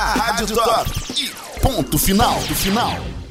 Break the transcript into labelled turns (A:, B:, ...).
A: Rádio Top. E ponto final. Ponto final.